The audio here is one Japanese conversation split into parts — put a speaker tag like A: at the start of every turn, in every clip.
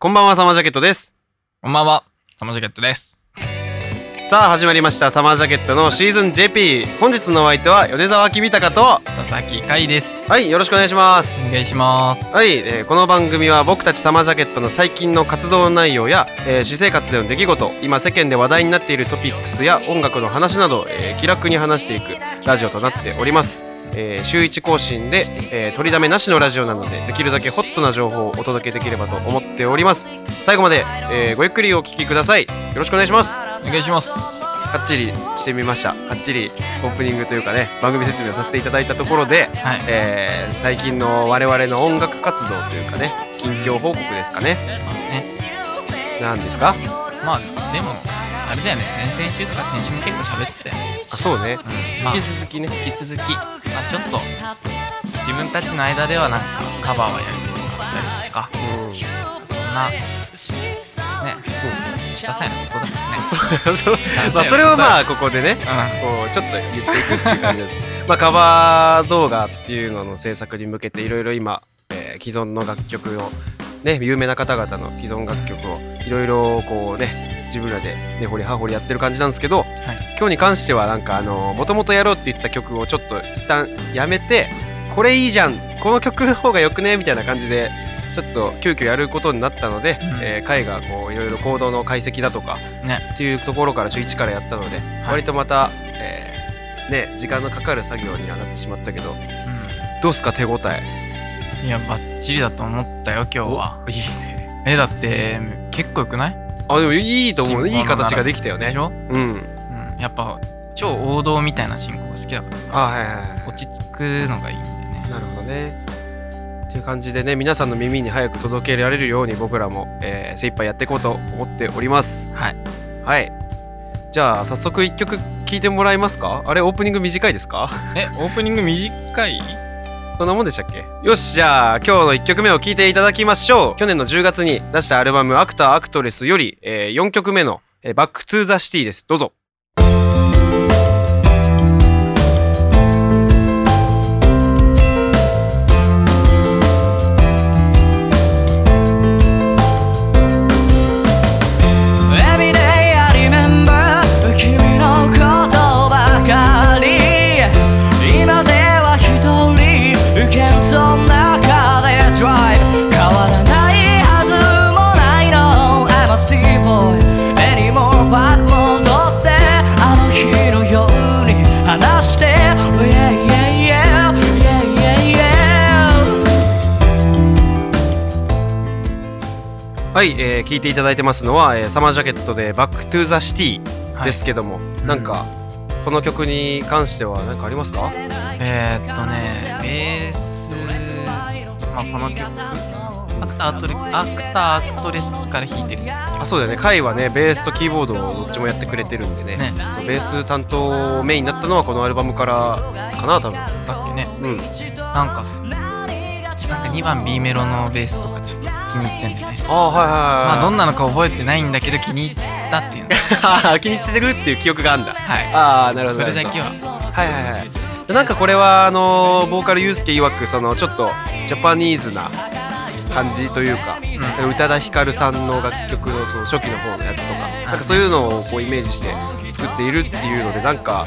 A: こんばんは、サマージャケットです。
B: こんばんは、サマージャケットです。
A: さあ、始まりました、サマージャケットのシーズン JP。本日のお相手は、米沢君高と、
B: 佐々木海です。
A: はい、よろしくお願いします。
B: お願いします。
A: はい、えーこの番組は僕たちサマージャケットの最近の活動内容や、えー私生活での出来事今世間で話題になっているトピックスや音楽の話など、えー気楽に話していくラジオとなっております、えー週1更新で、えー取りだめなしのラジオなのでできるだけホットな情報をお届けできればと思っております最後まで、えーごゆっくりお聞きくださいよろしくお願いします
B: お願いします。
A: かっちりしてみましたかっちりオープニングというかね番組説明をさせていただいたところで、
B: はい。
A: えー最近の我々の音楽活動というかね近況報告ですかね
B: まあね、
A: 何ですか
B: まあでもあれだよね。先々週とか先週も結構喋ってたよね。
A: あそうね、
B: うん。まあ
A: 引
B: 引
A: き続きね
B: き続き、まあちょっと自分たちの間ではなんかカバーはやりたかったりとか、
A: う
B: そんなね、些細なことだもんね。
A: んそうまあそれはまあここでね
B: う
A: こうちょっと言っていくっていう感じです まあカバー動画っていうのの制作に向けていろいろ今、えー既存の楽曲をね有名な方々の既存楽曲をいろいろこうね自分らで根掘り葉掘りやってる感じなんですけど
B: ん。はい。
A: 今日に関してはなんかあのもともとやろうって言ってた曲をちょっと一旦やめてこれいいじゃんこの曲の方がよくねみたいな感じでちょっと急遽やることになったので、
B: うん
A: えー、会がこういろいろ行動の解析だとか
B: ね。
A: っていうところからちょ一からやったので、割とまた、えーね時間のかかる作業にはなってしまったけどどうすか手応え
B: うん。いやバッチリだと思ったよ今日は。
A: おいいね
B: えだって結構良くない？
A: あでもいいと思うねいい
B: 進行の
A: 形ができたよ
B: で
A: ね
B: しょ？
A: うん
B: うん、やっぱ超王道みたいな進行が好きだからさ
A: あはいはいはい
B: 落ち着くのがいいんだよね
A: なるほどね。という感じでね皆さんの耳に早く届けられるように僕らも、えー、精一杯やっていこうと思っております。
B: はい
A: はい。じゃあ早速一曲聴いてもらえますかあれオープニング短いですか
B: えオープニング短い
A: そんなもんでしたっけよしじゃあ今日の1曲目を聴いていただきましょう去年の10月に出したアルバム「アクターアクトレス」より、え4曲目の「バック・トゥ・ザ・シティ」ですどうぞ。
C: Every day I remember 君のことばかり今では一人喧騒の中で drive 変わらないはずもないの I'm a steady boy anymore but 戻ってあの日のように話して Oh yeah yeah yeah yeah yeah yeah
A: はい、えー、聞いていただいてますのは、えーサマージャケットで「バック・トゥ・ザ・シティ」ですけども、なんか、この曲に関しては何かありますか
B: えー、っとねベースまあこの曲アクターアクトレアクターアクトレスから弾いてるね
A: あそうだよねカイはねベースとキーボードをどっちもやってくれてるんでね
B: ね
A: そうベース担当メインになったのはこのアルバムからかな多分
B: だっけね
A: うん
B: なんかさなんか2番 B メロのベースとかちょっと気に入ってんだよね
A: ああはいはいはい、
B: まあどん
A: な
B: なのか覚えてないんだけど気に入ったっていうの
A: 気に入ってるっていう記憶があるんだ
B: はい
A: ああなるほど
B: それ
A: なる
B: だ
A: ほど
B: けは
A: はいはいはいでなんかこれはあのーボーカルユースケ曰くそのちょっとジャパニーズな感じというか宇多田ヒカルさんの楽曲のその初期の方のやつとかなんかそういうのをこうイメージして作っているっていうのでなんか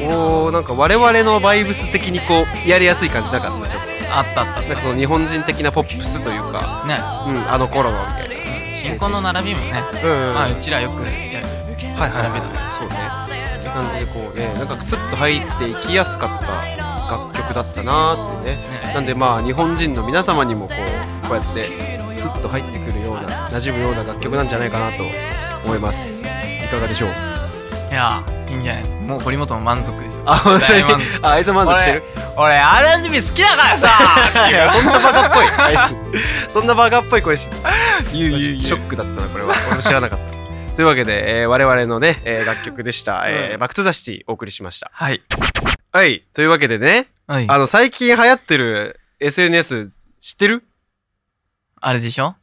A: こうなんか我々のバイブス的にこうやりやすい感じなかったちょっ
B: あったあっ
A: となんかその日本人的なポップスというか、
B: たね
A: うん、あの頃のみたいな。
B: 新婚の並びもね
A: うんうんうん
B: まあうちらよくやる
A: はいはい
B: 並べたね
A: そうねなのでこうねなんかスッと入っていきやすかった楽曲だったなーってね
B: ね
A: なんでまあ日本人の皆様にもこうこうやってスッと入ってくるような馴染むような楽曲なんじゃないかなと思いますいかがでしょう
B: いやいいんじゃないですかもう堀本も満足ですよ
A: あ本
B: 大
A: 当
B: 満
A: に
B: 足
A: ああいつ満足してる
B: 俺俺 R&B 好きだからさ
A: いや そんなバカっぽいあいつそんなバカっぽい声して言う言うショックだったなこれは俺も知らなかったというわけで、えー我々のね、えー楽曲でした、えー
B: うん
A: バックトゥザシティお送りしました
B: はい
A: はいというわけでね
B: はい
A: あの、最近流行ってる SNS 知ってる
B: あれでしょ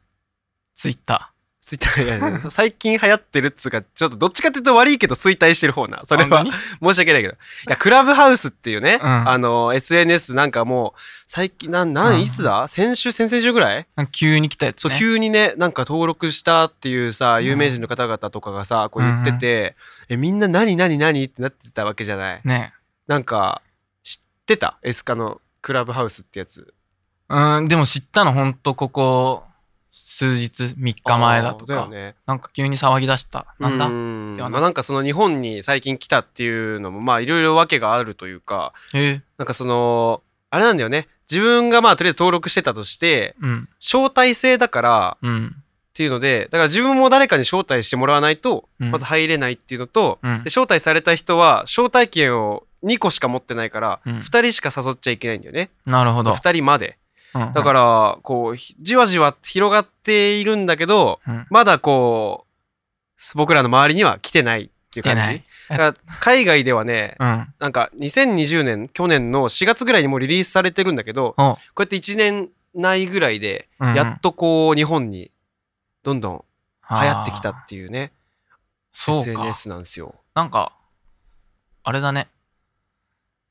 B: ツイッタ
A: 衰退いやい や最近流行ってるっつうかちょっとどっちかっていうと悪いけど衰退してる方なそれは
B: 本当に
A: 申し訳ないけどいやクラブハウスっていうね、
B: うん
A: あの SNS なんかもう最近なんなん、
B: うん
A: いつだ先週先々週ぐらい
B: なんか急に来たやつ、
A: そう、
B: ね。
A: 急にねなんか登録したっていうさ
B: ん
A: 有名人の方々とかがさこう言ってて、えみんな何何何ってなってたわけじゃない
B: ね。
A: なんか知ってたエスカのクラブハウスってやつ
B: うん、でも知ったの、ほんとここ、数日、3日前だと
A: あー
B: か。
A: よね
B: なんか急に騒ぎ出した。なんだ
A: う
B: で
A: ま
B: はなく
A: あ、なんかその日本に最近来たっていうのもまあいろいろ訳があるというか
B: へえ。
A: なんかそのあれなんだよね自分がまあとりあえず登録してたとして
B: うん。
A: 招待制だから
B: うん。
A: っていうのでだから自分も誰かに招待してもらわないと
B: うん
A: まず入れないっていうのと、
B: うん
A: で招待された人は招待券を2個しか持ってないから
B: うん
A: 2人しか誘っちゃいけないんだよね、
B: なるほど。
A: 2人まで
B: だ
A: だからこうひじわじわ広がっているんだけど
B: ら、うん
A: まだこう僕らの周りには来てないってい
B: 来
A: う感
B: て
A: じ
B: ない。
A: だから海外ではね、
B: うん。
A: なんか2020年去年の4月ぐらいにもうリリースされてるんだけどこ
B: おう
A: うやって1年ないぐらいで
B: うんうん
A: やっとこう日本にどんどん流
B: あー
A: 行ってきたっていうね
B: そうか。
A: SNS なんですよ。
B: なんか、あれだね。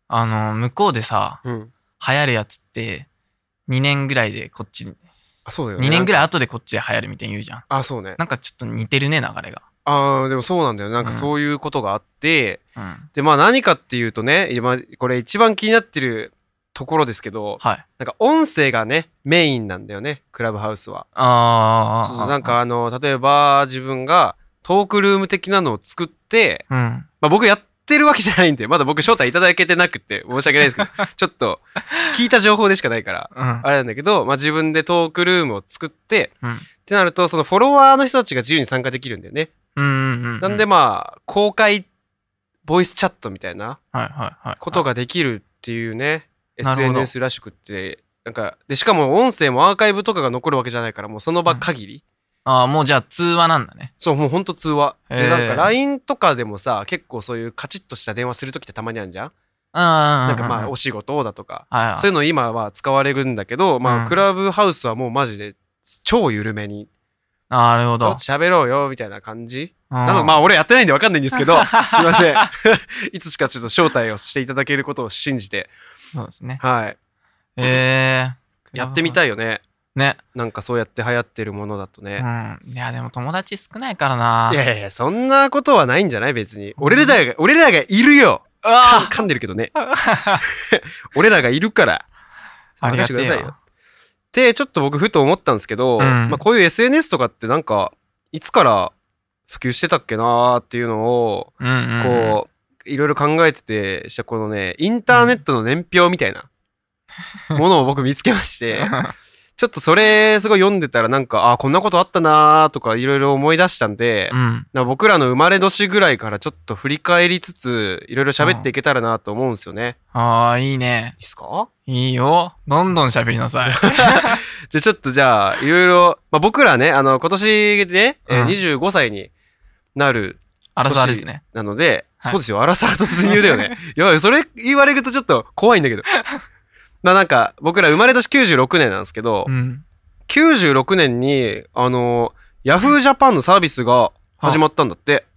B: あの、向こうでさ、
A: うん、
B: 流行るやつって、2年ぐらいでこっち、
A: あそうだよね
B: 2年ぐら
A: い
B: い後でこっちで流行るみたいに言うじゃん。
A: あそうね
B: なんかちょっと似てるね、流れが。
A: あーでもそうなんだよねなんかそういうことがあって、
B: うん。
A: でまあ何かっていうとね今これ一番気になってるところですけど
B: はい。
A: なんか音声がねメインなんだよねクラブハウスは。
B: あ
A: そう
B: ー
A: そうなん、かあの例えば自分がトークルーム的なのを作って、
B: うん。
A: まあ、僕やってるわけじゃないんでまだ僕招待いただけてなくて申し訳ないですけ どちょっと聞いた情報でしかないから
B: うん
A: あ。れなんだけど、まあ、自分でトークルームを作って
B: うん
A: ってなるとそのフォロワーの人たちが自由に参加できるんだよね。
B: うんうんうん。
A: なんで、まあ公開ボイスチャットみたいな
B: はいはいはい。
A: こと
B: が。
A: ができるっていうね
B: なるほど
A: SNS らしくってなんかでしかも音声もアーカイブとかが残るわけじゃないからもうその場限り、
B: ああ、もうじゃあ通話なんだね。
A: そうもうほんと通話
B: へ
A: で
B: ー
A: なんか LINE とかでもさ結構そういうカチッとした電話する時ってたまにあるじゃん
B: うんうんうん。
A: なんかまあ
B: う
A: お仕事だとか
B: はいはい。
A: そういうの今は使われるんだけどま
B: う
A: あ
B: ん
A: クラブハウスはもうマジで超緩めに
B: あーなるほ
A: ちょっと。
B: ど
A: 喋ろうよみたいな感じ
B: な
A: なのまあ
B: あ、
A: 俺やってないんでわかんないんですけ どすいません いつしかちょっと招待をしていただけることを信じて
B: そうですね。
A: はい
B: ええ。
A: やってみた
B: い。
A: いよね
B: ね。
A: なんかそうやって流行ってるものだと
B: う
A: ね。。
B: ん。いや、でも友達少ないからない
A: やいやいや、そんなことはないんじゃない別に。俺らが、俺らがいるよ噛ん
B: あ
A: 噛んでるけど ね。俺らがいるから。
B: ありが
A: 任せ
B: て
A: てください
B: え
A: よ
B: よ。
A: って、ちょっと僕ふと思ったんですけど、
B: うん
A: まあこういう SNS とかってなんか、いつから普及してたっけなーっていうのを、
B: うんうんうん。
A: こう、いろいろ考えてて、したこのね、インターネットの年表みたい なものを僕見つけまして、ちょっとそれすごい読んでたらなんかあーこんなことあったなーとかいろいろ思い出したんで、
B: うん。
A: なんか僕らの生まれ年ぐらいからちょっと振り返りつついろいろ喋っていけたらなと思うんですよね。
B: ああ、いいね。
A: いいっすか
B: いいよ。どんどん喋りなさい。
A: じゃあちょっとじゃあいろいろ、まあ、僕らねあの今年で、えー
B: うん
A: 25歳になる
B: あら
A: 年
B: さあですね。
A: なので、
B: はい
A: そうですよアラサー突入だよ ね。やばいそれ言われるとちょっと怖いんだけど。まあなんか僕ら生まれ年96年なんですけど、
B: うん。
A: 96年にあのヤフージャパンのサービスが始まったんだって。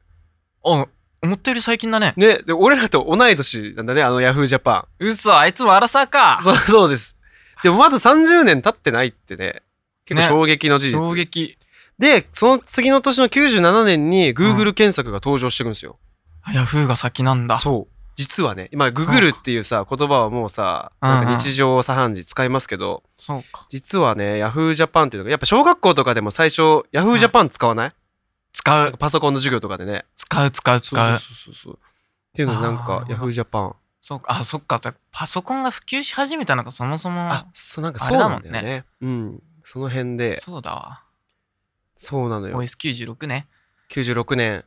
B: お、思ったより最近だね。
A: ね、で俺らと同い年なんだねあのヤフージャパ
B: 嘘、あいつもあらさか
A: ン。。そうそうです。でもまだ30年経ってないってね結構
B: ね
A: 衝撃の事実。
B: 衝撃。
A: でその次の年の97年に Google 検索が登場してくるんですよ。
B: あヤフーが先なんだ。
A: そう実はね今 Google っていうさ言葉はもうさなん
B: うんう
A: か
B: ん
A: 日常茶飯事使いますけど
B: そうか。
A: 実はねヤフージャパンっていうのがやっぱ小学校とかでも最初ヤフージャパン使わない、
B: 使
A: なん
B: う
A: か、パソコンの授業とかでね。
B: 使う、使う、使う。
A: そうそうそうそうっていうのなんか
B: あー
A: ヤフージャパン
B: そうか。あ、そっか。だパソコンが普及し始めたのがそもそも。
A: あそうなんかそうなんだよねうんその辺で
B: そうだわ。
A: そうなのよ
B: OS96 ね。
A: 96年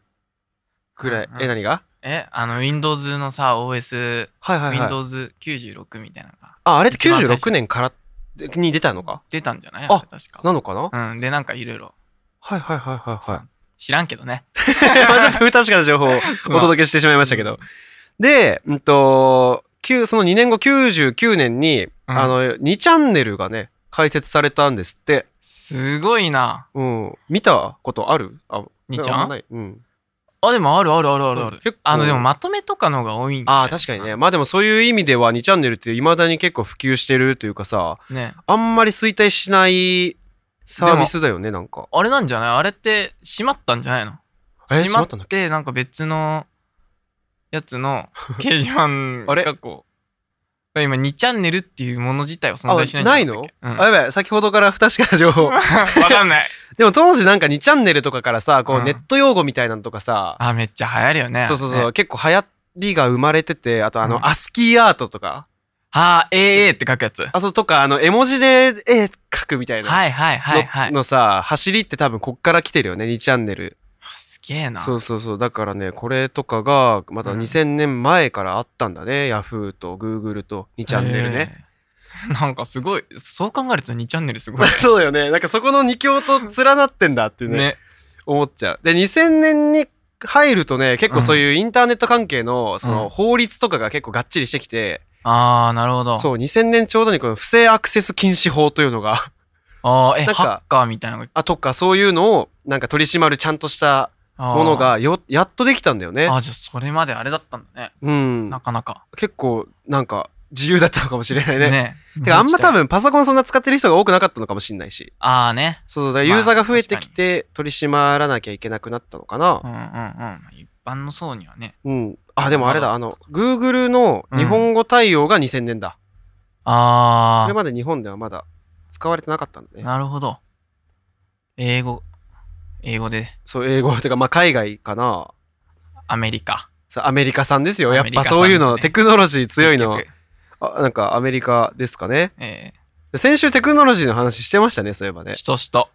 A: くらい
B: うんうん
A: え何が
B: え、あの、Windows のさ、OS、
A: はいはいはい
B: Windows96 みたいなのが
A: ああれって
B: 一番最初
A: 96年からでに出たのか
B: 出たんじゃない
A: あ
B: あれ確か。
A: なのかな
B: うん。で、なんかいろいろ。
A: はいはいはいはいは
B: 知らんけどね。
A: い まあちょっと不確かな情報 を
B: そう
A: お届けしてしまいましたけどでうんときゅその2年後99年に、
B: うん
A: あの2チャンネルがね開設されたんですって
B: すごいな。
A: うん。見たことあるあ、
B: にちゃ
A: あ
B: ん
A: まないうん。
B: あ、でもあるあるあるあるある。
A: 結構
B: あの、でもまとめとかの方が多いんだ
A: ああ、確かにね。まあでもそういう意味では2チャンネルって未だに結構普及してるというかさ、
B: ね。
A: あんまり衰退しないサービスだよね、なんか。
B: あれなんじゃないあれって閉まったんじゃないの
A: え
B: 閉ま
A: 閉まったんだ
B: っ、
A: って
B: なんか別のやつ の掲示板
A: あれ
B: がこう。今、2チャンネルっていうもの自体は存
A: あ
B: 在しないんじゃ
A: な
B: っ
A: い
B: たっ
A: の
B: け、うん
A: あ、やばい。先ほどから不確かな 情報。
B: わかんない。
A: でも当時なんか2チャンネルとかからさ、こ
B: う
A: うんネット用語みたいなのとかさ、
B: あ、めっちゃ流行るよね。
A: そうそうそう、
B: ね。
A: 結構流行りが生まれてて、あとあ
B: うん
A: の、アスキーアートとか、
B: あー、AA って書くやつ。は
A: あ、そうとか、あの、絵文字で絵描くみたい
B: い
A: な。
B: はいはいは
A: の
B: い。
A: のさ走りって多分こっから来てるよね2チャンネル
B: すげえな。
A: そうそうそうだからねこれとかがまた
B: うん
A: 2000年前からあったんだね、ヤフーとグーグルと2チャンネルね、。
B: へー。 なんかすごい、そう考えると2チャンネルすごい
A: そうだよねなんかそこの2強と連なってんだってね
B: ね。
A: 思っちゃうで2000年に入るとね結構そういうインターネット関係のその法律とかが結構がっちりしてきて、
B: あー、なるほど。
A: そう2000年ちょうどにこの不正アクセス禁止法というのが
B: あー、え、
A: なんか
B: ハッカーみたいなのが。
A: あとかそういうのをなんか取り締まるちゃんとした
B: あー
A: もの。がよやっとできたんだよね
B: あー、じゃあそれまであれだったんだね。
A: うん
B: なかなか。
A: 結構なんか自由だったのかもしれないね。
B: ね。
A: てかあんま多
B: 分。
A: 分パソコンそんな使ってる人が多くなかったのかもしれないし。
B: あーね。
A: そうそうだからユーザーが増えてきて取り締まらなきゃいけなくなったのかな
B: う。んうんうん。一般の層にはね。
A: うん。あ、でもあれだ、あの、Google の日本語対応が2000年だ。そ
B: あ
A: れ
B: ー、
A: まで日本ではまだ使われてなかったんだね。
B: なるほど。英語。英語で。
A: そう、英語とか、まあ海外かな。
B: アメリカ。
A: そうアメリカさんですよ。やっ
B: アメリ
A: ぱ
B: カさん
A: そういうの、
B: です
A: テ
B: ね
A: クノロジー強いの
B: 結。局。
A: あなんかアメリカですかね。
B: え
A: 先週テクノロジーの話してましたね、そういえば
B: ー、
A: ね。
B: しと しと。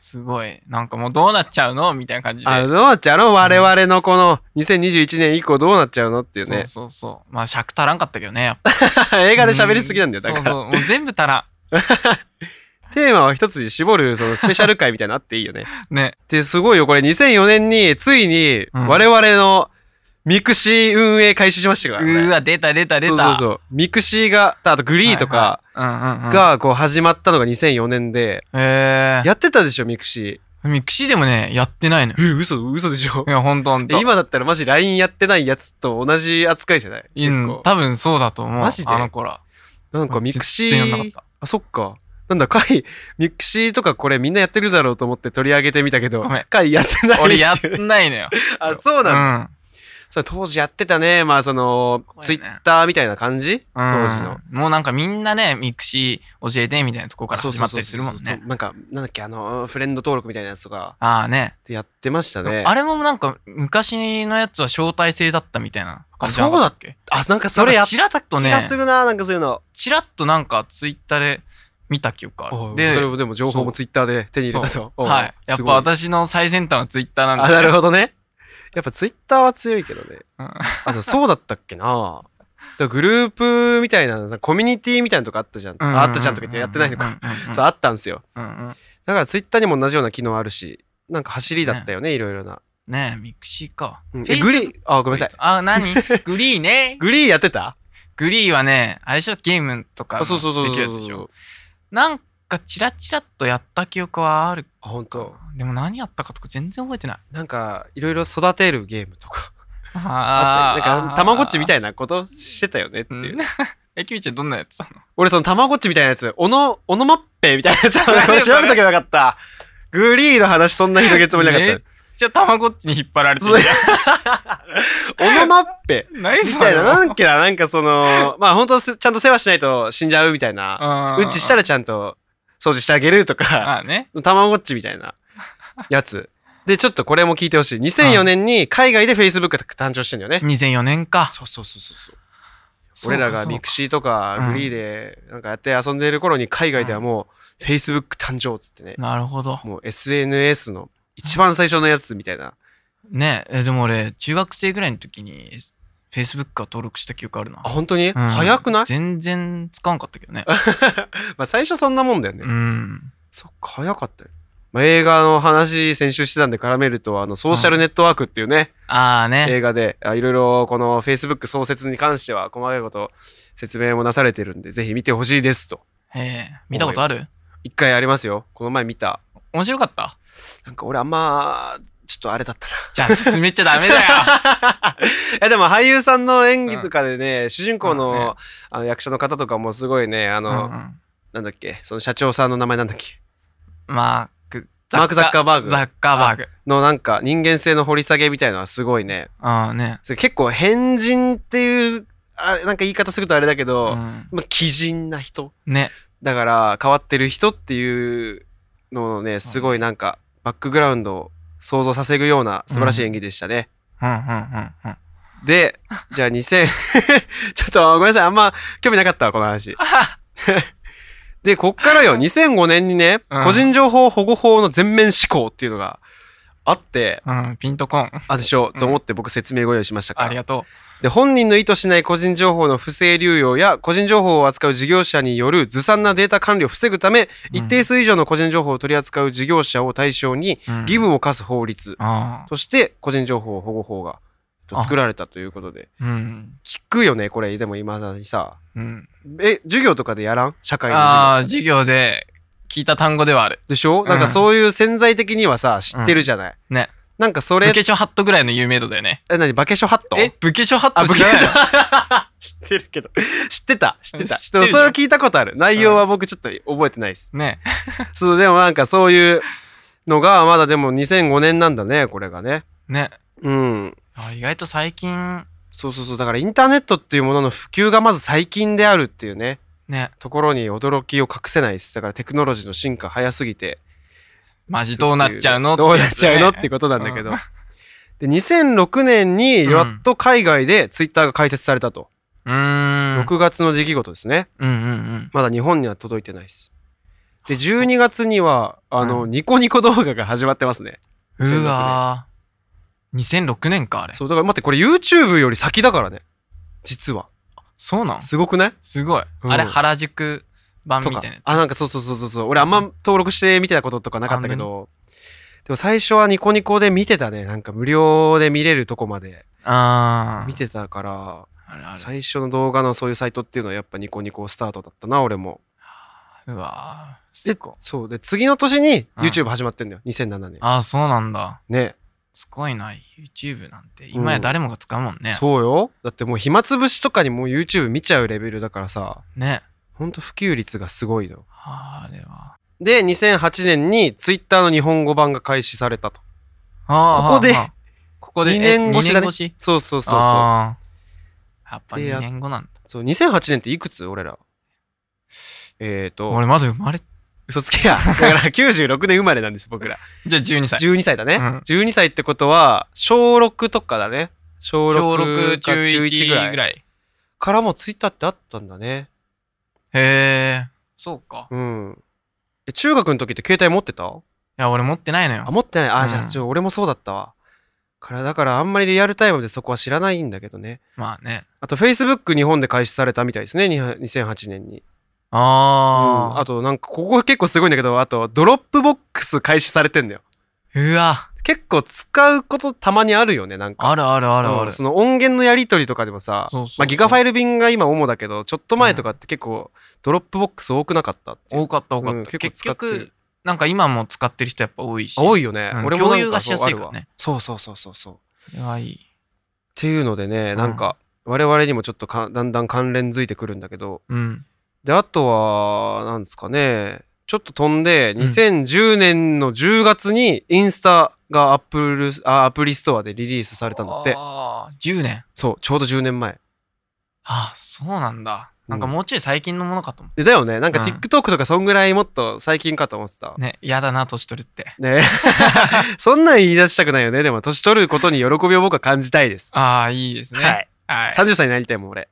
B: すごい。なんかもうどうなっちゃうのみたいな感じで。
A: あどうなっちゃうの我々のこの2021年以降どうなっちゃうのっていうね。
B: そうそうそう。まあ尺足らんかったけどね。やっぱ
A: 映画で喋りすぎなんだよ、だから。
B: そうそう。もう全部足ら
A: テーマを一つに絞るそのスペシャル回みたいなのあっていいよ ね。
B: ん。ね。
A: で、すごいよ、これ2004年についに
B: うん
A: 我々のミクシー運営開始しましたか
B: う
A: らね。
B: ーわ、出た出た出た。
A: そうそうそう。ミクシーが、あとグリーとか
B: はいはい。うんうんうん。、
A: がこう始まったのが2004年で、
B: え
A: やってたでしょ、ミクシ
B: ー。ミクシーでもね、やってないのよ
A: ー。。え、嘘、嘘でしょ
B: い。や、ほんとほんと。
A: え今だったらマジ LINE やってないやつと同じ扱いじゃない結
B: うん
A: 構、。
B: 多分そうだと思う。
A: マジで
B: あの頃は。
A: なんかミクシー。
B: 全然やんなかっ
A: あ、そっか。なんだ、会、 ミクシーとかこれみんなやってるだろうと思って取り上げてみたけど
B: ごめん、
A: 会やってない。
B: た。俺やっないのよ。
A: あ、 そう
B: う
A: なんだ。
B: ん。
A: そう当時やってたね。まあ、その、
B: す
A: ツ
B: ご
A: イ
B: いね
A: ッターみたいな感じ当時の。
B: うん。もうなんかみんなね、ミクシー教えてみたいなとこから
A: そうそ
B: 始ま
A: う
B: った
A: そう
B: りするもんね。
A: なんか、なんだっけ、あの、フレンド登録みたいなやつとか、
B: ああね。
A: やってましたね。
B: あれもなんか昔のやつは招待制だったみたいな感じじゃなかたけ
A: あ、なんかそれやって
B: ちらっと
A: た気
B: ね
A: がするな、なんかそういうの。
B: ちらっとなんかツイッターで見た記憶あ
A: お
B: る
A: う
B: で
A: それもでも情報もツイッターで手に入れたと。おう
B: はいやっ
A: す
B: ぱ
A: ごい
B: 私の最先端はツイッターなん
A: あ、なる
B: で
A: ほどね。やっぱツイッターは強いけどね。
B: うん
A: あの、そうだったっけな。だからグループみたいな、コミュニティみたいなのとかあったじゃん。ああったじゃんとか言ってやってないのか。
B: うんうんうん
A: そう、あったんですよ。
B: うんうん
A: だからツイッターにも同じような機能あるし、なんか走りだったよね、いろいろな。
B: ねえミクシーか
A: うん
B: フェ
A: え
B: イス
A: グリー、あ、ごめんなさい。
B: あ何グリ ーね
A: グリーやってた
B: グリーはねあれでしょゲームとか
A: あ、
B: の
A: そうそうそう
B: できる
A: そう
B: やつでし
A: そ
B: ょ
A: う。
B: なんかチラチラっとやった記憶はある
A: あ、本
B: か
A: 当。
B: なでも何やったかとか全然覚えてない
A: なんか、いろいろ育てるゲームとか。 あ
B: あ
A: ったよなんか、たまごっちみた
B: い
A: いなことしてたよねっていう。
B: えきみちゃんどんなやつなの
A: 俺そのたまごっちみたいなやつ、おの、おのまっぺみたいなやつ、こ れ調べとけばよかった。グリーの話そんな広げるつもりなか
B: め
A: っ
B: っちゃたまごっちに引っ張られてる
A: そうた。おのまっぺ
B: 何
A: み
B: そ
A: た
B: れ
A: いな、なんけな、なんかその、まあ本当すちゃんと世話しないと死んじゃうみたいな。
B: う
A: うんちした
B: ら
A: らちゃんと掃除してあげるとか、
B: ああね
A: たまごっちみたいなやつ。で、ちょっとこれも聞いてほしい。2004年に海外で Facebook が誕生してんだよね。
B: 2004年か
A: そうそうそうそうそう。
B: そう
A: 俺
B: か
A: らがミクシーとか
B: うん
A: フリーでなんかやって遊んでる頃に海外ではもう Facebook 誕生っつってね、
B: なるほど
A: もう SNS の一番最初のやつみたいな。
B: ねえでも俺中学生ぐらいの時に Facebook は登録した記憶あるな
A: あ、本当に、
B: うん
A: 早くない、
B: 全然使わんかったけどね
A: まあ最初そんなもんだよね。
B: うん
A: そっか、早かったよ。まあ、映画の話先週してたんで絡めると、あの、ソーシャルネットワークっていうね、
B: ああね
A: 映画で、あいろいろこの Facebook 創設に関しては細かいこと説明もなされてるんで、ぜひ見てほしいですと。
B: ええ見たことある
A: 一回ありますよこの前見た
B: 面白かった
A: なんか俺あんまちょっとあれだったな
B: じゃあ進めちゃ ダメだよ
A: いやでも俳優さんの演技とかでね、主人公の,、
B: うんね
A: あの役者の方とかもすごいねあの、
B: うんうん
A: なんだっけその社長さんの名前なんだっけ
B: マーク、
A: マークザッカーバーグ
B: ザッカーバーグ。
A: のなんか人間性の掘り下げみたいのはすごいね
B: ああね。
A: それ結構変人っていうあれなんか言い方するとあれだけど、
B: うん
A: まあ、奇人な人
B: ね。
A: だから変わってる人っていうのをねすごいなんかバックグラウンドを想像させるような素晴らしい演技でしたね、
B: うんうんうんうん。
A: で、じゃあ2000、ちょ っとごめんなさい、あんま興味なかったわ、この 話。で、こっからよ、2005年にね、
B: うん
A: 個人情報保護法の全面施行っていうのがあって、
B: うん、ピントコン。
A: あでしょ、と思って僕説明ご用意しましたか
B: あり
A: ら。
B: がと
A: で、本人の意図しない個人情報の不正流用や、個人情報を扱う事業者によるずさんなデータ管理を防ぐため、一定数以上の個人情報を取り扱う事業者を対象に、
B: う。うん
A: 義。務を課す法律
B: あ
A: として、個人情報保護法がえっと作られたということで。
B: あ。うん。
A: 聞くよねこれでも今だにさ
B: うん。
A: え授業とかでやらん社会の
B: ああ、
A: 授業
B: 授業で聞いた単語ではある。
A: でしょ、なん
B: う
A: か
B: ん
A: そういう潜在的にはさ知ってるじゃない、
B: ね。
A: なんかそれ
B: ブケショハットぐらいの有名度だよね。
A: え何バケショハット
B: え、ブケショハット
A: あブケ
B: 知らない
A: ショ
B: の
A: 知ってるけど知ってた知ってた
B: 知って
A: でも
B: るじゃん
A: それを聞いたことある内容は僕ちょっと覚えてないです、
B: ね。
A: そうでもなんかそういうのがまだでも2005年なんだねこれがね
B: ね。
A: うん
B: あ意外と最近、
A: そうそうそうだからインターネットっていうものの普及がまず最近であるっていうね
B: ね。
A: ところに驚きを隠せないですだからテクノロジーの進化早すぎて
B: マジどうなっちゃうの
A: どうなっちゃうのって
B: こ
A: ことなんだけど、
B: うん
A: で2006年に
B: うん
A: やっと海外でツイッターが開設されたと、
B: と。うーん。
A: 6月の出来事ですね
B: うんうんうん。
A: まだ日本には届いてないですで12月にはあの、
B: う
A: ニコニコ動画が始まってますね
B: うわー2006年か、あれ。
A: そうだから待ってこれ YouTube より先だからね実は
B: そうなん
A: すごくない
B: すごい。
A: うん
B: あれ、原宿版
A: と
B: み
A: か
B: たいなやつ。
A: あなんかそうそうそうそうそう俺あんま登録してみたいなこととかなかったけどでも最初はニコニコで見てたねなんか無料で見れるとこまで
B: あー
A: 見てたから
B: あるある
A: 最初の動画のそういうサイトっていうのはやっぱニコニコスタートだったな俺も
B: うわーす
A: で
B: ごい。
A: そうで次の年に
B: うん
A: YouTube 始まってんだよ2007年
B: ああ、そうなんだ。
A: ね
B: すごいな。YouTube なんて、今や誰もが使うもんね。
A: そうよだってもう暇つぶしとかにもう YouTube 見ちゃうレベルだからさ
B: ね。
A: ほんと普及率がすごいの
B: あーあれは。
A: で2008年に Twitter の日本語版が開始されたと
B: あー
A: ここで
B: はあはあここで、
A: 2年越しだね
B: 2年越し
A: そうそうそうそう
B: あーやっぱ
A: でや
B: 2年後なんだ。
A: そう2008年っていくつ俺らえーと
B: 俺まだ生まれ、
A: 嘘つけやだから96年生 まれなんです僕ら
B: じゃあ12歳。
A: 12歳だね、
B: うん
A: 12歳ってことは小6とかだね小
B: 小
A: 6
B: 6、
A: か
B: 中
A: 11ぐ
B: 1ぐ
A: らい
B: らい。
A: からもツイッターってあったんだね
B: へえ、そうか。い
A: うんえ中学の時って携帯持ってた
B: や、俺持ってないのよ
A: あ。持ってないあ、
B: うん
A: じゃあちょ俺もそうだったわからだからあんまりリアルタイムでそこは知らないんだけどね
B: まあね。
A: あと Facebook 日本で開始されたみたいですねに2008年に
B: あ
A: うん
B: あ、
A: あとなんかここ結構すごいんだけどあとドロップボックス開始されてんだよ
B: うわ、
A: 結構使うことたまにあるよねなんか
B: あるあるあるあ
A: うん
B: る。
A: その音源のやり取りとかでもさ
B: そうそうそう
A: まあ、ギガファイル便が今主だけどちょっと前とかって結構ドロップボックス多くなかったっていう
B: 多かった多かった、
A: うん結構
B: 結
A: 使ってる
B: 局なんか今も使ってる人やっぱ多いし
A: 多いよね、
B: うん
A: 俺もなんか
B: 共有がしやすいからね
A: そうあるわそうそうそうそうそうっ
B: いやいい
A: ていうのでねなんか我々にもちょっとかだんだん関連づいてくるんだけど
B: うん
A: であとはなんですかねちょっと飛んで
B: ん
A: 2010年の10月にインスタがアップルあアプリストアでリリースされたんだって
B: あー10年
A: そうちょうど10年前
B: ああそうなんだ
A: うん
B: なんかもうちょい最近のものかと思
A: でだよねなんか
B: うん
A: TikTok とかそんぐらいもっと最近かと思ってた
B: うね嫌だな年取るって
A: ね そんなん言い出したくないよね。でも、年取ることに喜びを僕は感じたいです。
B: ああいいですね
A: はい。
B: はい、
A: 30歳になりたいもん、 俺。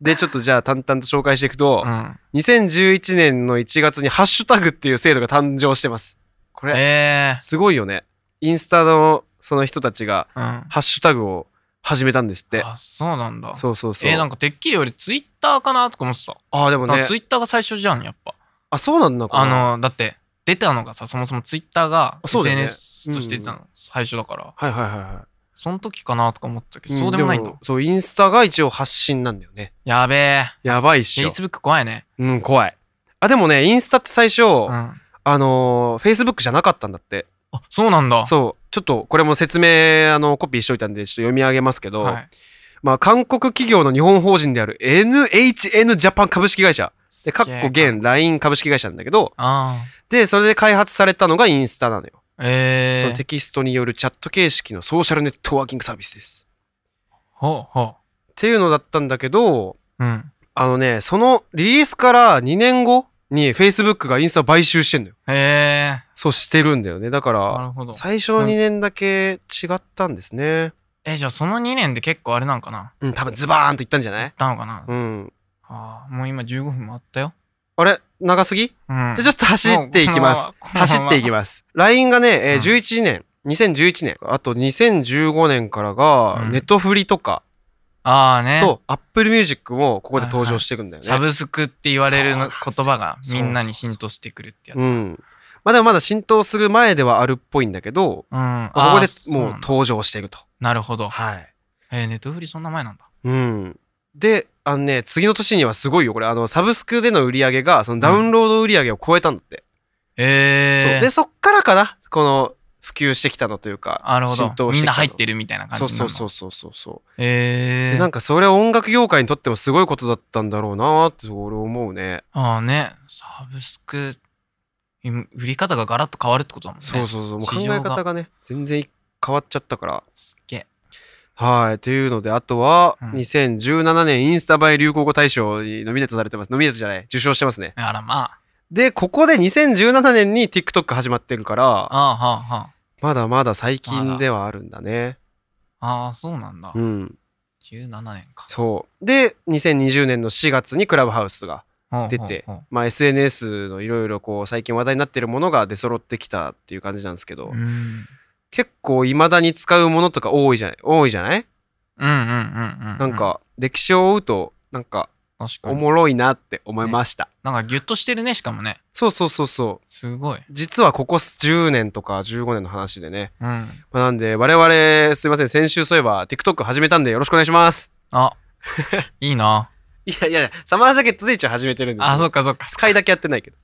A: で、ちょっとじゃあ淡々と紹介していくと
B: う、ん、
A: 2011年の1月にハッシュタグっていう制度が誕生してます。これ、
B: え
A: すごいよね。インスタのその人たちが、
B: えうん
A: ハッシュタグを始めたんですって。
B: あそうなんだ
A: そうそうそう。
B: えーなんかてっきり俺ツイッターかなとか思ってた、
A: ああ、でも
B: なん
A: ね
B: か。ツイッターが最初じゃんやっぱ
A: あ、そうなんだ、これ
B: あ、のだって出たのがさそもそもツイッターが
A: あそうだよね
B: SNS として出たの、最初だから
A: はいはいはいはい。
B: その時かなとか思ったけど、そうでもないんだ
A: そう、インスタが一応発信なんだよね。
B: やべえ
A: やばいっしょ。
B: Facebook 怖いね。
A: うん、怖い。あでもねインスタって最初、
B: うん、あ
A: あのー、Facebook じゃなかったんだって
B: そうなんだ
A: そうちょっとこれも説明あのコピーしといたんでちょっと読み上げますけど、
B: はい、
A: まあ、韓国企業の日本法人である NHN ジャパン株式会社でかっこ現 LINE 株式会社なんだけど
B: あ
A: でそれで開発されたのがインスタなのよ、
B: あえ
A: そ
B: え
A: のテキストによるチャット形式のソーシャルネットワーキングサービスです
B: ほうほ
A: っていうのだったんだけど
B: ううん
A: あのねそのリリースから2年後に Facebook がインスタを買収してんのよ
B: へえ
A: そうしてるんだよねだか
B: な
A: ら
B: るほど
A: 最初の2年だけ違ったんですね
B: えじゃあその2年で結構あれなんかな
A: うん多分ズバーンといったんじゃない
B: なのかな、
A: うん
B: ああもう今15分もあったよ、
A: あれ長すぎ
B: うん、
A: じゃあちょっと走っていきます
B: もう。このまま
A: 走っていきます。LINE がね、えー
B: うん
A: 11年、2011年、あと2015年からが、
B: うん
A: ネットフリとか
B: ああね
A: と Apple Music もここで登場していくんだよね。
B: サブスクって言われるの
A: そう
B: 言葉がみんなに
A: そうそうそう
B: 浸透してくるってやつ
A: う
B: うん、
A: ん。まあでもまだ浸透する前ではあるっぽいんだけど、
B: あ
A: まあここ
B: ー
A: で
B: そう
A: もう
B: なんだ
A: 登場していると。
B: なるほど
A: はい。
B: えー、ネットフリそんな前なんだ
A: うん。で、あのね、次の年にはすごいよ、これ、あの、サブスクでの売り上げが、そのダウンロード売り上げを超えたんだって。
B: え
A: そう。
B: え
A: で、そっからかな、この、普及してきたのというか、
B: なるほ
A: 浸透
B: どみ
A: してきた
B: ん
A: の
B: な入ってるみたいな感じ
A: そ
B: な
A: う
B: の
A: そうそううそうそうそう。
B: え
A: で
B: ー、
A: なんかそれは音楽業界にとってもすごいことだったんだろうなーって俺思うね。
B: ああねサブスク今売り方がガラッと変わるってことだもんね
A: そうそうそうもう考
B: 市場
A: え
B: が
A: 方がね全然変わっちゃったから。
B: すっげえ
A: はいっていうのであとは
B: うん
A: 2017年インスタ映え流行語大賞にノミネートされてますノミネートじゃない受賞してますね。
B: あらま
A: でここで2017年に TikTok 始まってるか
B: あ
A: ら
B: ああはあは
A: まだまだ最
B: ま
A: 近
B: だ
A: ではあるんだね。
B: あああそうなんだ、
A: うん
B: 17年か
A: そうで2020年の4月にクラブハウスが
B: ほうほう
A: 出て
B: ほう、
A: まあ、SNS のいろいろこう最近話題になってるものが出揃ってきたっていう感じなんですけど、
B: うん、うん
A: 結構いまだに使うものとか多いじゃない多いじゃない、
B: うんうんうん
A: なんか歴史を追うとなんか
B: 確か
A: お
B: に
A: もろいなって思いました、
B: なんかギュッとしてるねしかもね
A: そうそうそうそう
B: すごい
A: 実はここ10年とか15年の話でね、
B: うん
A: まあ、なんで我々すいません先週そういえば TikTok 始めたんでよろしくお願いします
B: あいいない
A: やいやいやサマージャケットで一応始めてるんですよ
B: あそっかそっか
A: 使いだけやって ないけど。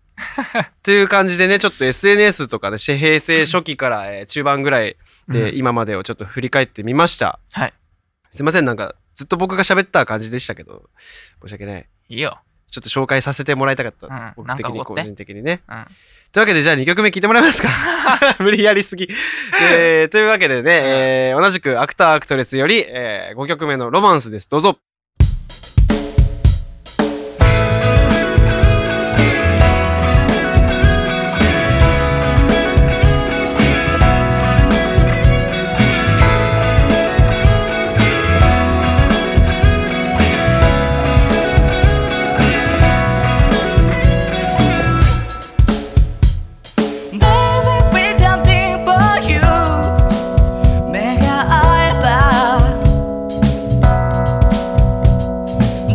A: という感じでねちょっと SNS とかね平成初期から、えー中盤ぐらいで、
B: うん
A: 今までをちょっと振り返ってみました
B: はい
A: すいませんなんかずっと僕が喋った感じでしたけど申し訳ない
B: いいよ
A: ちょっと紹介させてもらいたかった、
B: うん
A: 僕
B: なん
A: 的
B: かおご
A: に
B: って
A: 個人的にね
B: うん
A: というわけでじゃあ2曲目聴いてもらえます か無理やりすぎ、えーというわけでね、えー同じくアクターアクトレスより、え5曲目の「ロマンス」ですどうぞ
C: 「Baby pretending for you」「目が合えば」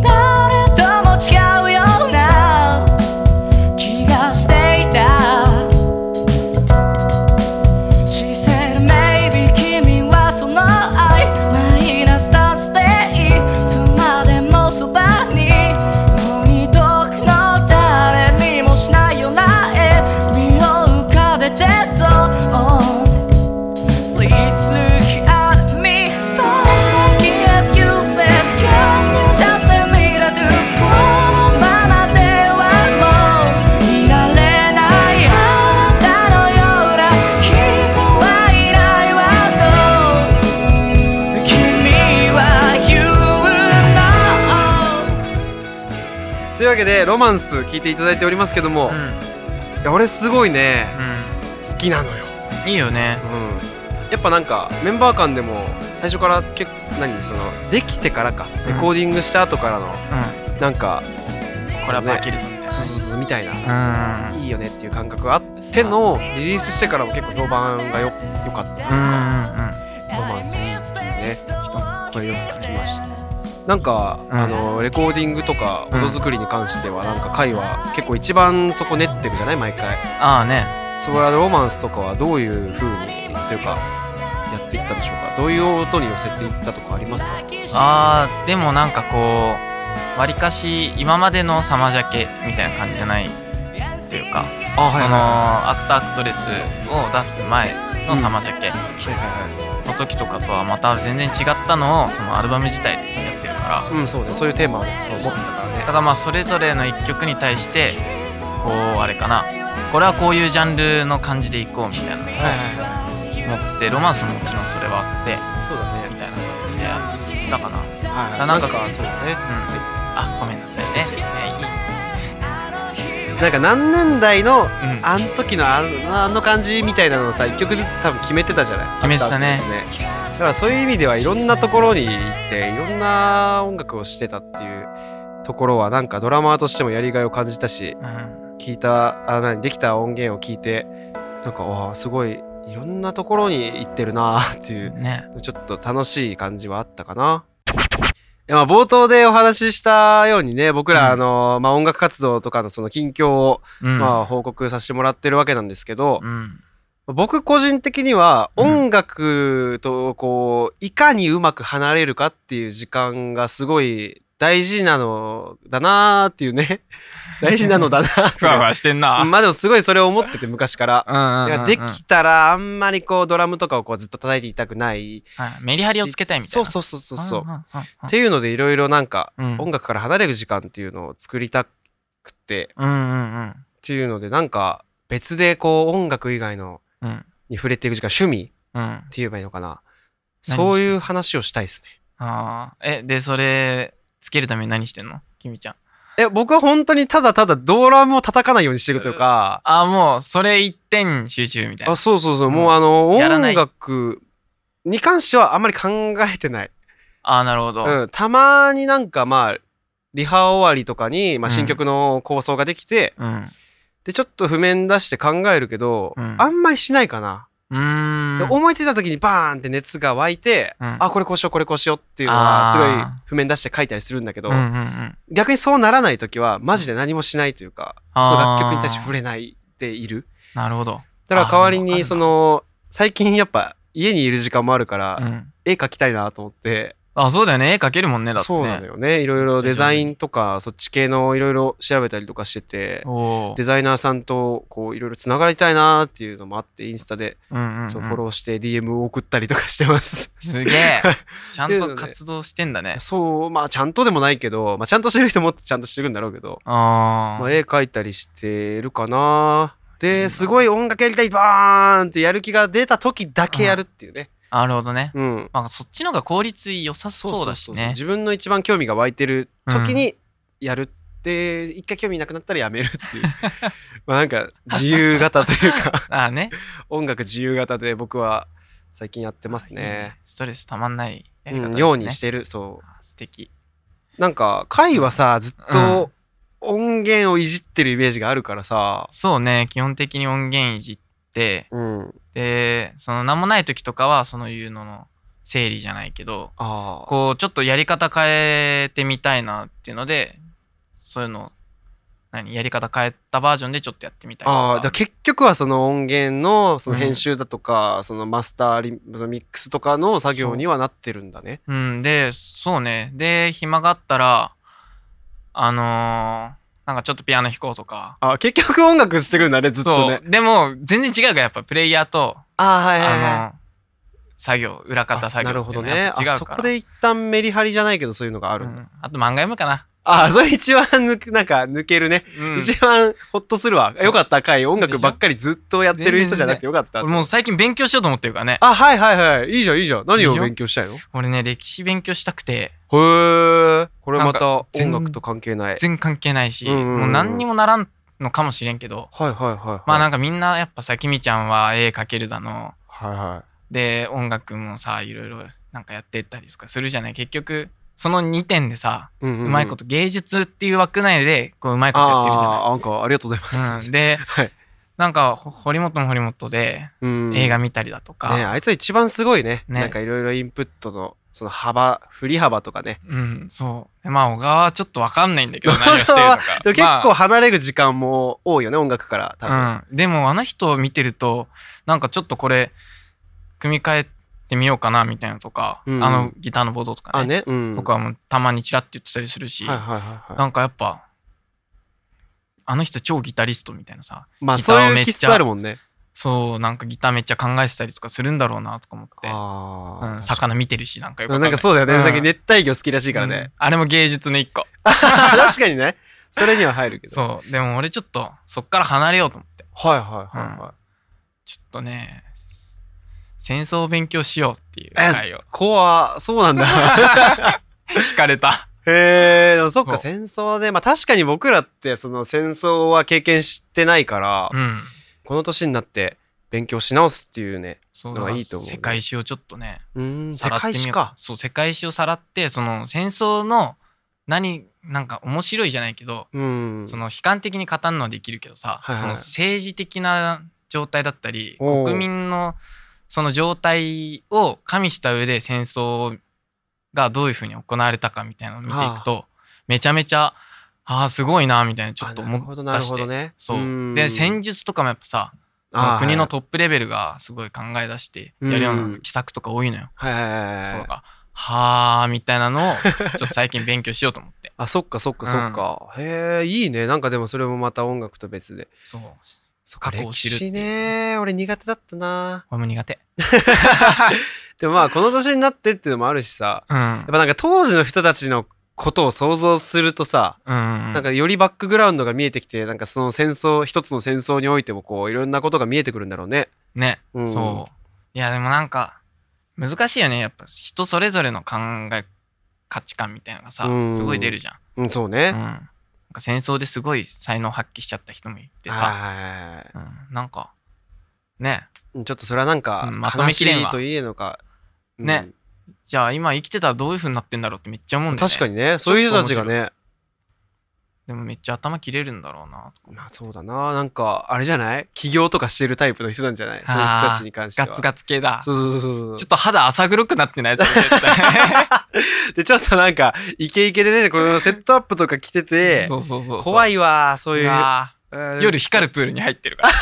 C: 「誰とも違うような気がしていた」「She said maybe 君はその愛」「マイナスダンスでいつまでもそばに」「世に遠くの誰にもしないような絵」「身を浮かべてと」「Please look at me」「Stop looking at you says Can you just let me let you s このままではもういられない」「あなたのような君はいないわと」「君は言うの」
A: というわけで「ロマンス」聴いていただいておりますけども、
B: う
A: い
B: ん
A: や俺すごいね、好きなのよ
B: うんいいよね
A: うん、やっぱなんかメンバー間でも最初からけ何そのできてからか
B: うん
A: レコーディングした後からの
B: うん
A: なんか、
B: これはバケルトみたいなね
A: そうそうそうみたいな、
B: うん
A: いいよねっていう感覚があってのリリースしてからも結構評判がよ良かった、
B: うんうん
A: ロマンスっていうね人の声を聞きました
C: た
A: なんか、
B: うん
A: あのレコーディングとか
B: うん
A: 音作りに関してはなんか会は結構一番そこ練ってるじゃない毎回
B: ああね
A: それはロマンスとかはどういう風にというかやっていったんでしょうかどういう音に寄せていったとかありますか
B: あーでもなんかこうわりかし今までのサマジャケみたいな感じじゃないというか、
A: あはい
B: そ
A: はい
B: のアクターアクトレスを出す前のサマジャケ
A: はいはいは
B: の時とかとはまた全然違ったのをそのアルバム自体でやってるから、
A: いうんそうねそういうテーマを持ってたからね
B: だからまあそれぞれの一曲に対してこうあれかなこれはこういうジャンルの感じでいこうみたいなのを持
A: はいはいは
B: っててロマンスももちろんそれはあって
A: いそうだ
B: み
A: ね
B: たいな感じでやってたかなうん
A: はいな
B: あなんん
A: か
B: か
A: そうだね
B: あごめんなさいね
A: なんか何年代の
B: ん
A: あん時のあのあの感じみたいなのをさ1曲ずつ多分決めてたじゃない
B: 決めてたね
A: あったわけですねだからそういう意味ではいろんなところに行っていろんな音楽をしてたっていうところはなんかドラマーとしてもやりがいを感じたし
B: うんうん
A: 聞いたあ何できた音源を聞いてなんかわあすごいいろんなところに行ってるなあっていう
B: ね
A: ちょっと楽しい感じはあったかな。いやまあ冒頭でお話ししたようにね僕
B: うん
A: らあの、まあ、音楽活動とかのその近況を、
B: うん
A: まあ、報告させてもらってるわけなんですけど、
B: うん
A: 僕個人的には
B: うん
A: 音楽とこういかにうまく離れるかっていう時間がすごい大事なのだなーっていうね 大事なのだなー って
B: ふ
A: い
B: わ
A: う
B: ふわしてんな
A: まあでもすごいそれを思ってて昔から。
B: うんうん
A: い
B: うんう
A: や
B: ん
A: できたらあんまりこうドラムとかをこうずっと叩いていたくない
B: はいメリハリをつけたいみたいな
A: そうそうそうそうそう、
B: んんん
A: っ、ていうのでいろいろなんか
B: うん
A: 音楽から離れる時間っていうのを作りたくて
B: うんうんうん
A: っていうのでなんか別でこう音楽以外の
B: うん
A: に触れていく時間趣味っ
B: うんあ
A: て言えばいいのかな
B: 何してん
A: そういう話をしたいです
B: あーえでそれつけるために何してんのきみちゃん
A: ねえ僕は本当にただただドラムを叩かないようにしてるというか
B: あもうそれ一点集中みたいな
A: あそうそうそう、
B: うん
A: もうあの
B: やらな
A: 音
B: い楽
A: 楽に関してはあんまり考えてない
B: ああなるほど、
A: うん、たまになんかまあリハ終わりとかに、まあ、
B: うん
A: 新曲の構想ができて、
B: うん
A: でちょっと譜面出して考えるけど、
B: うん
A: あんまりしないかな、
B: うーん
A: で思いついた時にバーンって熱が湧いて、
B: うん
A: あこれこうしようこれこうしようっていうのは
B: あー
A: すごい譜面出して書いたりするんだけど、
B: うんうんうん
A: 逆にそうならない時はマジで何もしないというか
B: あー
A: その楽曲に対して触れないでいる
B: なるほど
A: だから代わり
B: あー
A: に
B: わか
A: そ
B: るな
A: の最近やっぱ家にいる時間もあるから、
B: うん
A: 絵描きたいなと思って
B: あそうだよね絵描けるもんねだってね
A: そうなのよねいろいろデザインとかそっち系のいろいろ調べたりとかしてて
B: お
A: デ
B: ー
A: ザイナーさんとこういろいろつながりたいなっていうのもあってインスタで
B: うんうんうん
A: そうフォローして DM を送ったりとかしてます、
B: すげ えちゃん
A: っていうの
B: と
A: で
B: 活動してんだね
A: そうまあちゃんとでもないけど、まあ、ちゃんとしてる人もちゃんとしてるんだろうけど、
B: あ
A: ま
B: ー
A: あ、絵描いたりしてるかな
B: うん
A: ですごい音楽やりたいバーンってやる気が出た時だけやるっていうね
B: なるほどね
A: うん
B: まあそっちの方が効率良さそうだしね
A: 自分の一番興味が湧いてる時にやるって、一回興味なくなったらやめるっていう まあなんか自由型という か
B: ああね
A: 音楽自由型で僕は最近やってます
B: いい
A: ね。
B: ストレスたまんないやり
A: う
B: 方です
A: ん、
B: ね
A: ようにしてるそ
B: あー素敵
A: うなんか回はさずっと音源をいじってるイメージがあるからさ、
B: そうね基本的に音源いじって
A: うん、
B: でその何もない時とかはそのいうのの整理じゃないけど
A: ああ
B: こうちょっとやり方変えてみたいなっていうのでそういうの何やり方変えたバージョンでちょっとやってみたいな
A: ああだから結局はその音源のその編集だとか、そのマスターリンそのミックスとかの作業にはなってるんだね。
B: うんでそうねで暇があったらあのーなんかちょっとピアノ弾こうとか
A: あ結局音楽してるんだねずっとね
B: そ。うでも全然違うからやっぱプレイヤーと、
A: あーはいはいはい。
B: あの作業裏方
A: あ
B: 作
A: な
B: 業
A: る
B: っ
A: ほ
B: て
A: ど
B: いうのはや
A: ね
B: っ。ぱ違うから
A: あそこで一旦メリハリじゃないけどそういうのがある。
B: うんあと漫画読むかな、
A: ああそれ一番抜くなんか抜けるね。
B: うん
A: 一番ホッとするわ。
B: そう
A: よかった回音楽ばっかりずっとやってる人じゃなくてよかった。
B: 俺もう最近勉強しようと思ってるからね
A: あはいはいはいいいじゃんいいじゃん。何
B: い
A: を
B: いよ
A: 勉強したいの？
B: 俺ね歴史勉強したくて
A: へえ。これまた
B: なんか
A: 音楽と関係ない。
B: 全然関係ないし、
A: うんうんうん
B: もう何にもならんのかもしれんけど、
A: はいはいはいはい。
B: まあなんかみんなやっぱさきみちゃんは絵描けるだの
A: はいは
B: で音楽もさいろいろなんかやってったりとかするじゃない結局その2点でさ、
A: い。うん
B: う
A: うん
B: まいこと芸術っていう枠内でこううまいことやってるじゃ
A: ああなんかありがとうございます。
B: ない、うん、で、
A: はい
B: なんかほ堀本も堀本で
A: うん
B: 映画見たりだとか、
A: ねあいつは一番すごいね。
B: ね
A: なんかいろいろインプットのその幅振り幅とか ね。
B: うんそうまあ小川はちょっとわかんないんだ けど何をしてるのか
A: でも結
B: まあ
A: 構離れる時間も多いよね音楽から多分、
B: うん、でもあの人を見てるとなんかちょっとこれ組み替えてみようかなみたいなとか、
A: うん
B: あのギターのボードとか
A: あ
B: ね
A: ねうん
B: とかもたまにチラッて言ってたりするし、
A: はいはいはいはい
B: なんかやっぱあの人超ギタリストみたいなさ
A: まあ
B: ギタ
A: そう
B: ーを
A: い
B: め
A: う
B: っち
A: 気
B: ゃ
A: 質あるもんね
B: そうなんかギターめっちゃ考えてたりとかするんだろうなとか思って、
A: あ
B: う
A: ー
B: ん、魚見てるしなんかよくわ
A: なん
B: い
A: かそうだよね、最近
B: うん
A: 熱帯魚好きらしいからね、
B: うんあれも芸術の一個
A: 確かにねそれには入るけど
B: そうでも俺ちょっとそっから離れようと思って
A: はいはいはいはい、
B: ちょっとね戦争を勉強しようっていう
A: え
B: 会を
A: コアそうなん だ
B: 聞かれた
A: へえでもそっか
B: そ
A: 戦争でまあ確かに僕らってその戦争は経験してないから、
B: うん
A: この年になって勉強し直すっていうね
B: そう
A: の
B: だ
A: が
B: から
A: いいと思うね
B: 世界史をちょっとね
A: うーん世
B: さらって
A: 界
B: みよう
A: 史か
B: そう世界史をさらってその戦争の何なんか面白いじゃないけど、
A: うん
B: その悲観的に語るのはできるけどさ、
A: はいはい
B: その政治的な状態だったり
A: おう
B: 国民のその状態を加味した上で戦争がどういうふうに行われたかみたいなのを見ていくとめちゃめちゃああすごいなみたいなちょっと思
A: あなるほど
B: っ
A: な
B: た
A: る
B: し
A: ほ
B: て、
A: どね
B: そうで戦術とかもやっぱさそ
A: あー
B: の国のトップレベルがすごい考え出してやるよう
A: う
B: なん奇策とか多いのよ。
A: はいはいはいはい
B: そうかはあみたいなのをちょっと最近勉強しようと思って
A: あそっかそっかそっか、へえいいねなんかでもそれもまた音楽と別で
B: そう
A: そっか
B: 過去
A: 歴
B: を知るって
A: 史
B: いう
A: ね俺苦手だったな
B: 俺も苦手
A: でもまあこの年になってっていうのもあるしさ
B: うん
A: やっぱなんか当時の人たちのことを想像するとさ
B: うん
A: なんかよりバックグラウンドが見えてきてなんかその戦争一つの戦争においてもこういろんなことが見えてくるんだろうね
B: ね、
A: うん
B: そういやでもなんか難しいよねやっぱ人それぞれの考え価値観みたいなのがさ
A: うん
B: すごい出るじゃん,、
A: うんそう
B: うん、
A: ね、
B: なんか戦争ですごい才能発揮しちゃった人もいてさ、
A: は
B: うん、なんかね
A: いちょっとそれはなんか
B: うんまと
A: 悲
B: め
A: し
B: きれんわ
A: いと言えのか、うん
B: ねじゃあ今生きてたらどういう風になってんだろうってめっちゃ思うんだよね
A: 確かにねそういう人たちがね
B: でもめっちゃ頭切れるんだろうなとか
A: まあそうだななんかあれじゃない起業とかしてるタイプの人なんじゃないそういう人たちに関しては
B: ガツガツ系だ
A: そうそうそう
B: ち
A: そ
B: ょっと肌浅黒くなってないやつだ絶 対
A: うでちょっとなんかイケイケでねこのセットアップとか着てて
B: そうそうそうそう
A: 怖
B: い
A: いわそういう
B: わ
A: うん
B: 夜光るプールに入ってるから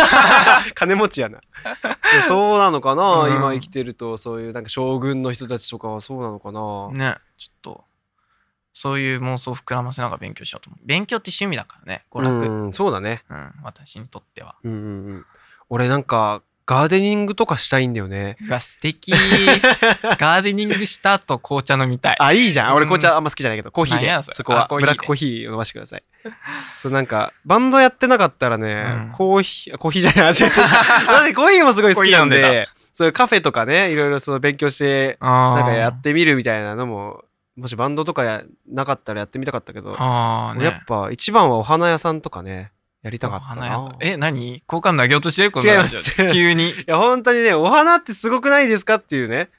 A: 金持ちやなでもそうなのかな、
B: うん
A: 今生きてるとそういうなんか将軍の人たちとかはそうなのかな、
B: ねちょっとそういう妄想を膨らませながら勉強しようと思う勉強って趣味だからね娯楽うん、
A: うんそうだね
B: 私にとっては
A: うんうんうん俺なんかガーデニングとかしたいんだよ ね
B: うわ素 敵ガーデニングした後紅茶飲みたい
A: あいいじゃん俺
B: うん
A: 紅茶あんま好きじゃないけどコーヒー
B: なんや
A: で
B: ろそ
A: そ
B: れ
A: こは
B: あコーヒ
A: ブ
B: ーで
A: ラックコーヒーを飲ましてくださいそうなんかバンドやってなかったらね、
B: うん
A: コーヒー あコーヒーじゃないあ違う違う違う私 コーヒーもすごい好きなん
B: コーヒー飲ん
A: でそういうカフェとかねいろいろその勉強して
B: あー
A: なんかやってみるみたいなのももしバンドとかやなかったらやってみたかったけど
B: あーね
A: やっぱ一番はお花屋さんとかねやりたかった
B: お花屋さ
A: なん
B: え何好感度上げようとしてるこの
A: 違います
B: ラジオで急に
A: いや本当にねお花ってすごくないですかっていうね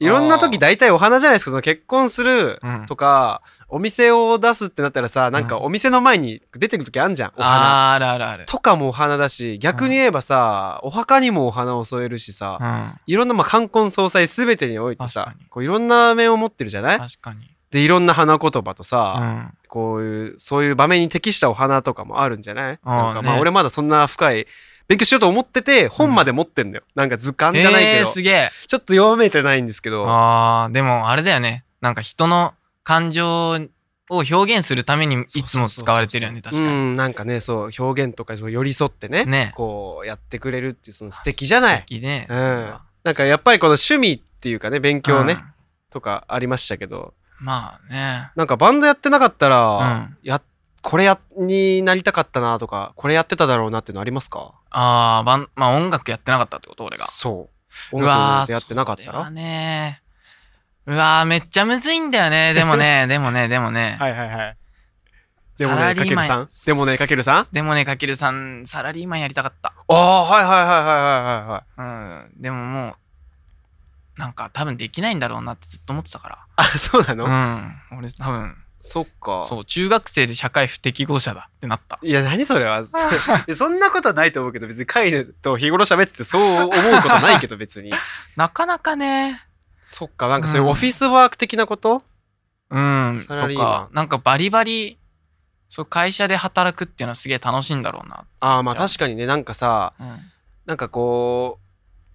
A: いろんな時大体お花じゃないですかその結婚する
B: うん
A: とか、お店を出すってなったらさなんか
B: うん
A: お店の前に出てくる時あんじゃんお花
B: あーあるあるある
A: とかもお花だし逆に言えばさ、お墓にもお花を添えるしさ、
B: うん
A: いろんなまあ冠婚葬祭全てにおいてさ
B: 確かに
A: こういろんな面を持ってるじゃない
B: 確かに
A: でいろんな花言葉とさ、
B: うん
A: こういう、そういう場面に適したお花とかもあるんじゃない
B: あー
A: なんかまあ
B: ね
A: 俺まだそんな深い勉強しようと思ってて、本まで持ってんだよ。なんか図鑑じゃないけ
B: えー
A: ど、
B: すげえ
A: ちょっと読めてないんですけど、
B: あーでもあれだよねなんか人の感情を表現するためにいつも使われてるよね確
A: う
B: かに
A: ん、なんかね、そう、表現とかそう寄り添ってね、
B: ね
A: こうやってくれるっていう、その素敵じゃな
B: 素
A: い。
B: 敵ね
A: うん
B: それは
A: なんかやっぱりこの趣味っていうかね、勉強ね、
B: うん
A: とかありましたけど、
B: まあね
A: なんかバンドやってなかったら、
B: うん
A: や、これや、になりたかったなとか、これやってただろうなっていうのありますか
B: あーバンまあ音楽やってなかったってこと俺が
A: そう。
B: う
A: 音楽
B: わー
A: でやってなかった
B: そ
A: ら
B: れはねうわーめっちゃむずいんだ よねでもねでもねでもね
A: はいはいはい。でも
B: サラ
A: ね、
B: リ
A: かけ
B: ー
A: る
B: マン
A: さん。でもね、かけるさん。
B: でもねかけるさんサラリーマンやりたかった
A: ああ、はいはいはいはいはいはい。
B: うんでももうなんか多分できないんだろうなってずっと思ってたから
A: あ、そうなの、
B: うん俺多分
A: そっか。
B: そう中学生で社会不適合者だってなった
A: いや、何それ は。そそんなことはないと思うけど、別にカイネと日頃喋っててそう思うことないけど、別 に。
B: なかなかね
A: そっか、なんかそういううんオフィスワーク的なこと、
B: うん
A: サラリ
B: と
A: ーマン
B: かなんかバリバリそう会社で働くっていうのはすげえ楽しいんだろうな
A: ああ、まあ
B: じゃあ
A: 確かにね、なんかさ、
B: うん
A: なんかこ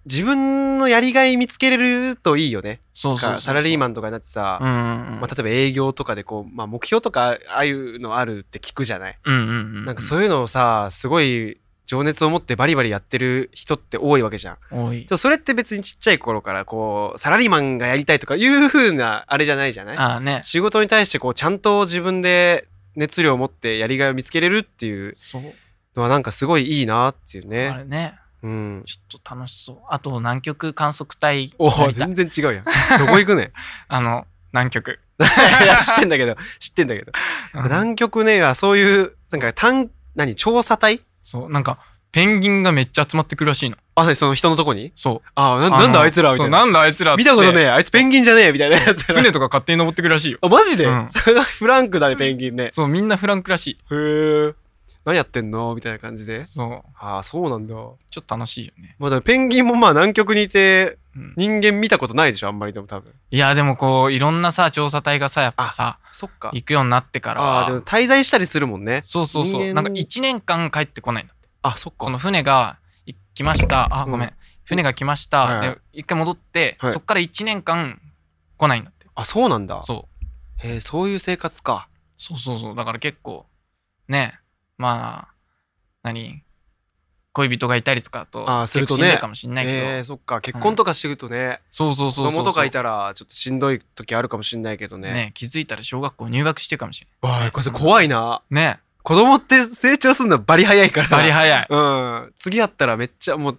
A: う、自分のやりがい見つけれるといいよね。
B: そうそうそう
A: かサラリーマンとかになってさ、
B: うんうんうん
A: まあ、例えば営業とかでこう、まあ、目標とかああいうのあるって聞くじゃない。
B: うんうんうん
A: なんかそういうのをさすごい情熱を持ってバリバリやってる人って多いわけじゃん。
B: 多い
A: でもそれって別にちっちゃい頃からこうサラリーマンがやりたいとかいう風なあれじゃないじゃない
B: ああね
A: 仕事に対してこうちゃんと自分で熱量を持ってやりがいを見つけれるっていう
B: そう
A: のはなんかすごいいいなっていう
B: あ
A: ね。
B: れね
A: うん。
B: ちょっと楽しそうあと南極観測隊
A: お
B: や
A: お
B: りた
A: 全
B: い
A: 然違うやん。どこ行くねん。
B: あの南極
A: いや知ってんだけど知ってんだけど。南極ねはそういうなんか探何調査隊
B: そうなんかペンギンがめっちゃ集まってくるらしいの
A: あ何その人のとこに
B: そう
A: あな
B: の
A: なんだあいつらみ
B: そ
A: た
B: う
A: い
B: な
A: な。
B: んだあいつらっつ
A: 見
B: って
A: たことねえあいつペンギンじゃねえみたいなやつ。
B: 船とか勝手に登ってくるらしいよ
A: あマジで、
B: うん
A: フランクだねペンギンね。
B: そうみんなフランクらしい
A: へえ。何やってんのみたいな感じで。
B: そう
A: ああ、そうなんだ。
B: ちょっと楽しいよね、
A: まあ、だからペンギンもまあ南極にいて
B: うん
A: 人間見たことないでしょ、あんまりでも多分。
B: いやでもこういろんなさ調査隊がさやっぱさ
A: そっか。
B: 行くようになってから
A: ああ、でも
B: は
A: 滞在したりするもんね。
B: そうそう
A: 人
B: そう
A: 間
B: なんか1年間帰ってこないの
A: あ、そっ
B: そ
A: か。
B: の船がい来ましたあ
A: うん
B: ごめん、船が来まし
A: はい
B: た、
A: はい
B: で一回戻って、
A: はい
B: そっから1年間来ないんだって
A: あ、そうなんだ。
B: そう
A: へえ、そういう生活か。
B: そうそうそうだから結構ねまあ何恋人がいたりとかと
A: あーするとね
B: 結構しんどいかもしんないけど、
A: えー、そっか。結婚とかしてるとね、
B: そうそうそう
A: 子
B: そ
A: 供
B: う
A: とかいたらちょっとしんどい時あるかもしんないけどね。
B: ね気づいたら小学校入学してるかもしれ
A: わあ、これ怖いな。
B: ないね
A: 子供って成長するのバリ早いから。
B: バリ 早い
A: うん。次やったらめっちゃもう、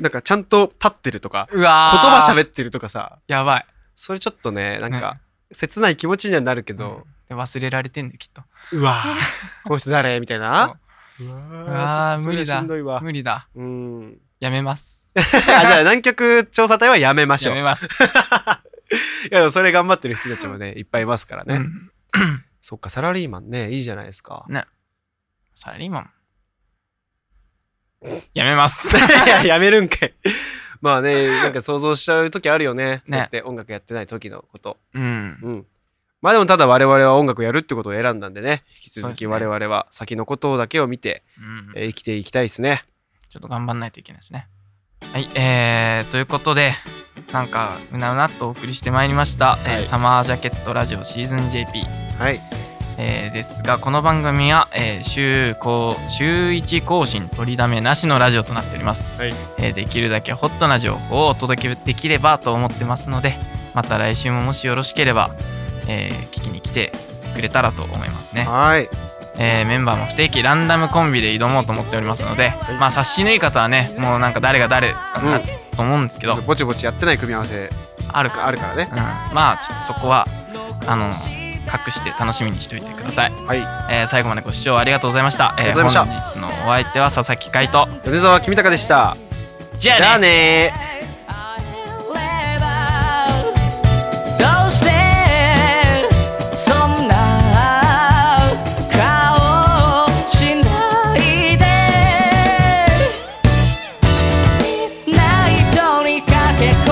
A: なんかちゃんと立ってるとか、
B: うわ
A: 言
B: ー
A: 葉喋ってるとかさ、
B: やばい
A: それちょっとね、なん
B: ね
A: か、切ない気持ちにはなるけど、
B: で忘れられてんだよきっと
A: うわぁ、 この人誰みたい な。うちょっ
B: わー
A: とそれ
B: 無理だ
A: しんどいわ。
B: 無理だ
A: うん。
B: やめます
A: あじゃあ、南極調査隊はやめまし
B: や
A: ょう。い
B: めます、
A: や、でもそれ頑張ってる人たちもね、いっぱいいますから
B: う
A: ね。
B: ん、
A: そっか、サラリーマンね、いいじゃないですか。
B: サラリーマンやめます
A: いや、やめるんかい。まあね、なんか想像しちゃう時あるよね。そうやって音楽やってない時のこと。
B: うん
A: うん。まあでもただ我々は音楽やるってことを選んだんでね、引き続き
B: そう
A: 我
B: ですね
A: 々は先のことだけを見て、
B: うん
A: えー生きていきたいですね。
B: ちょっと頑張んないといけないですね。はい、えー、ということで、なんかうなうなっとお送りしてまいりました、えー
A: はい
B: サマージャケットラジオシーズン JP、
A: はい。
B: えーですが、この番組は、えー週こう週1更新取りだめなしのラジオとなっております、
A: はい
B: えーできるだけホットな情報をお届けできればと思ってますので、また来週ももしよろしければ、えー聞きに来てくれたらと思いますね。
A: はい。
B: えーメンバーも不定期ランダムコンビで挑もうと思っておりますので、まあ察し抜い方はねもうなんか誰が誰かなと思うんですけど、
A: ぼちぼちやってない組み合わせ
B: あるか
A: があるからね。
B: うん、まあちょっとそこはあの隠して楽しみにしておいてください、
A: はい。
B: えー最後までご視聴ありがとうございました,、えー
A: ありがとうござい
B: 本日のお相手は佐々木海斗
A: 米沢君高でした。
B: じ
A: じゃあねー。
C: どうしてそんな顔しないでナイトに駆け込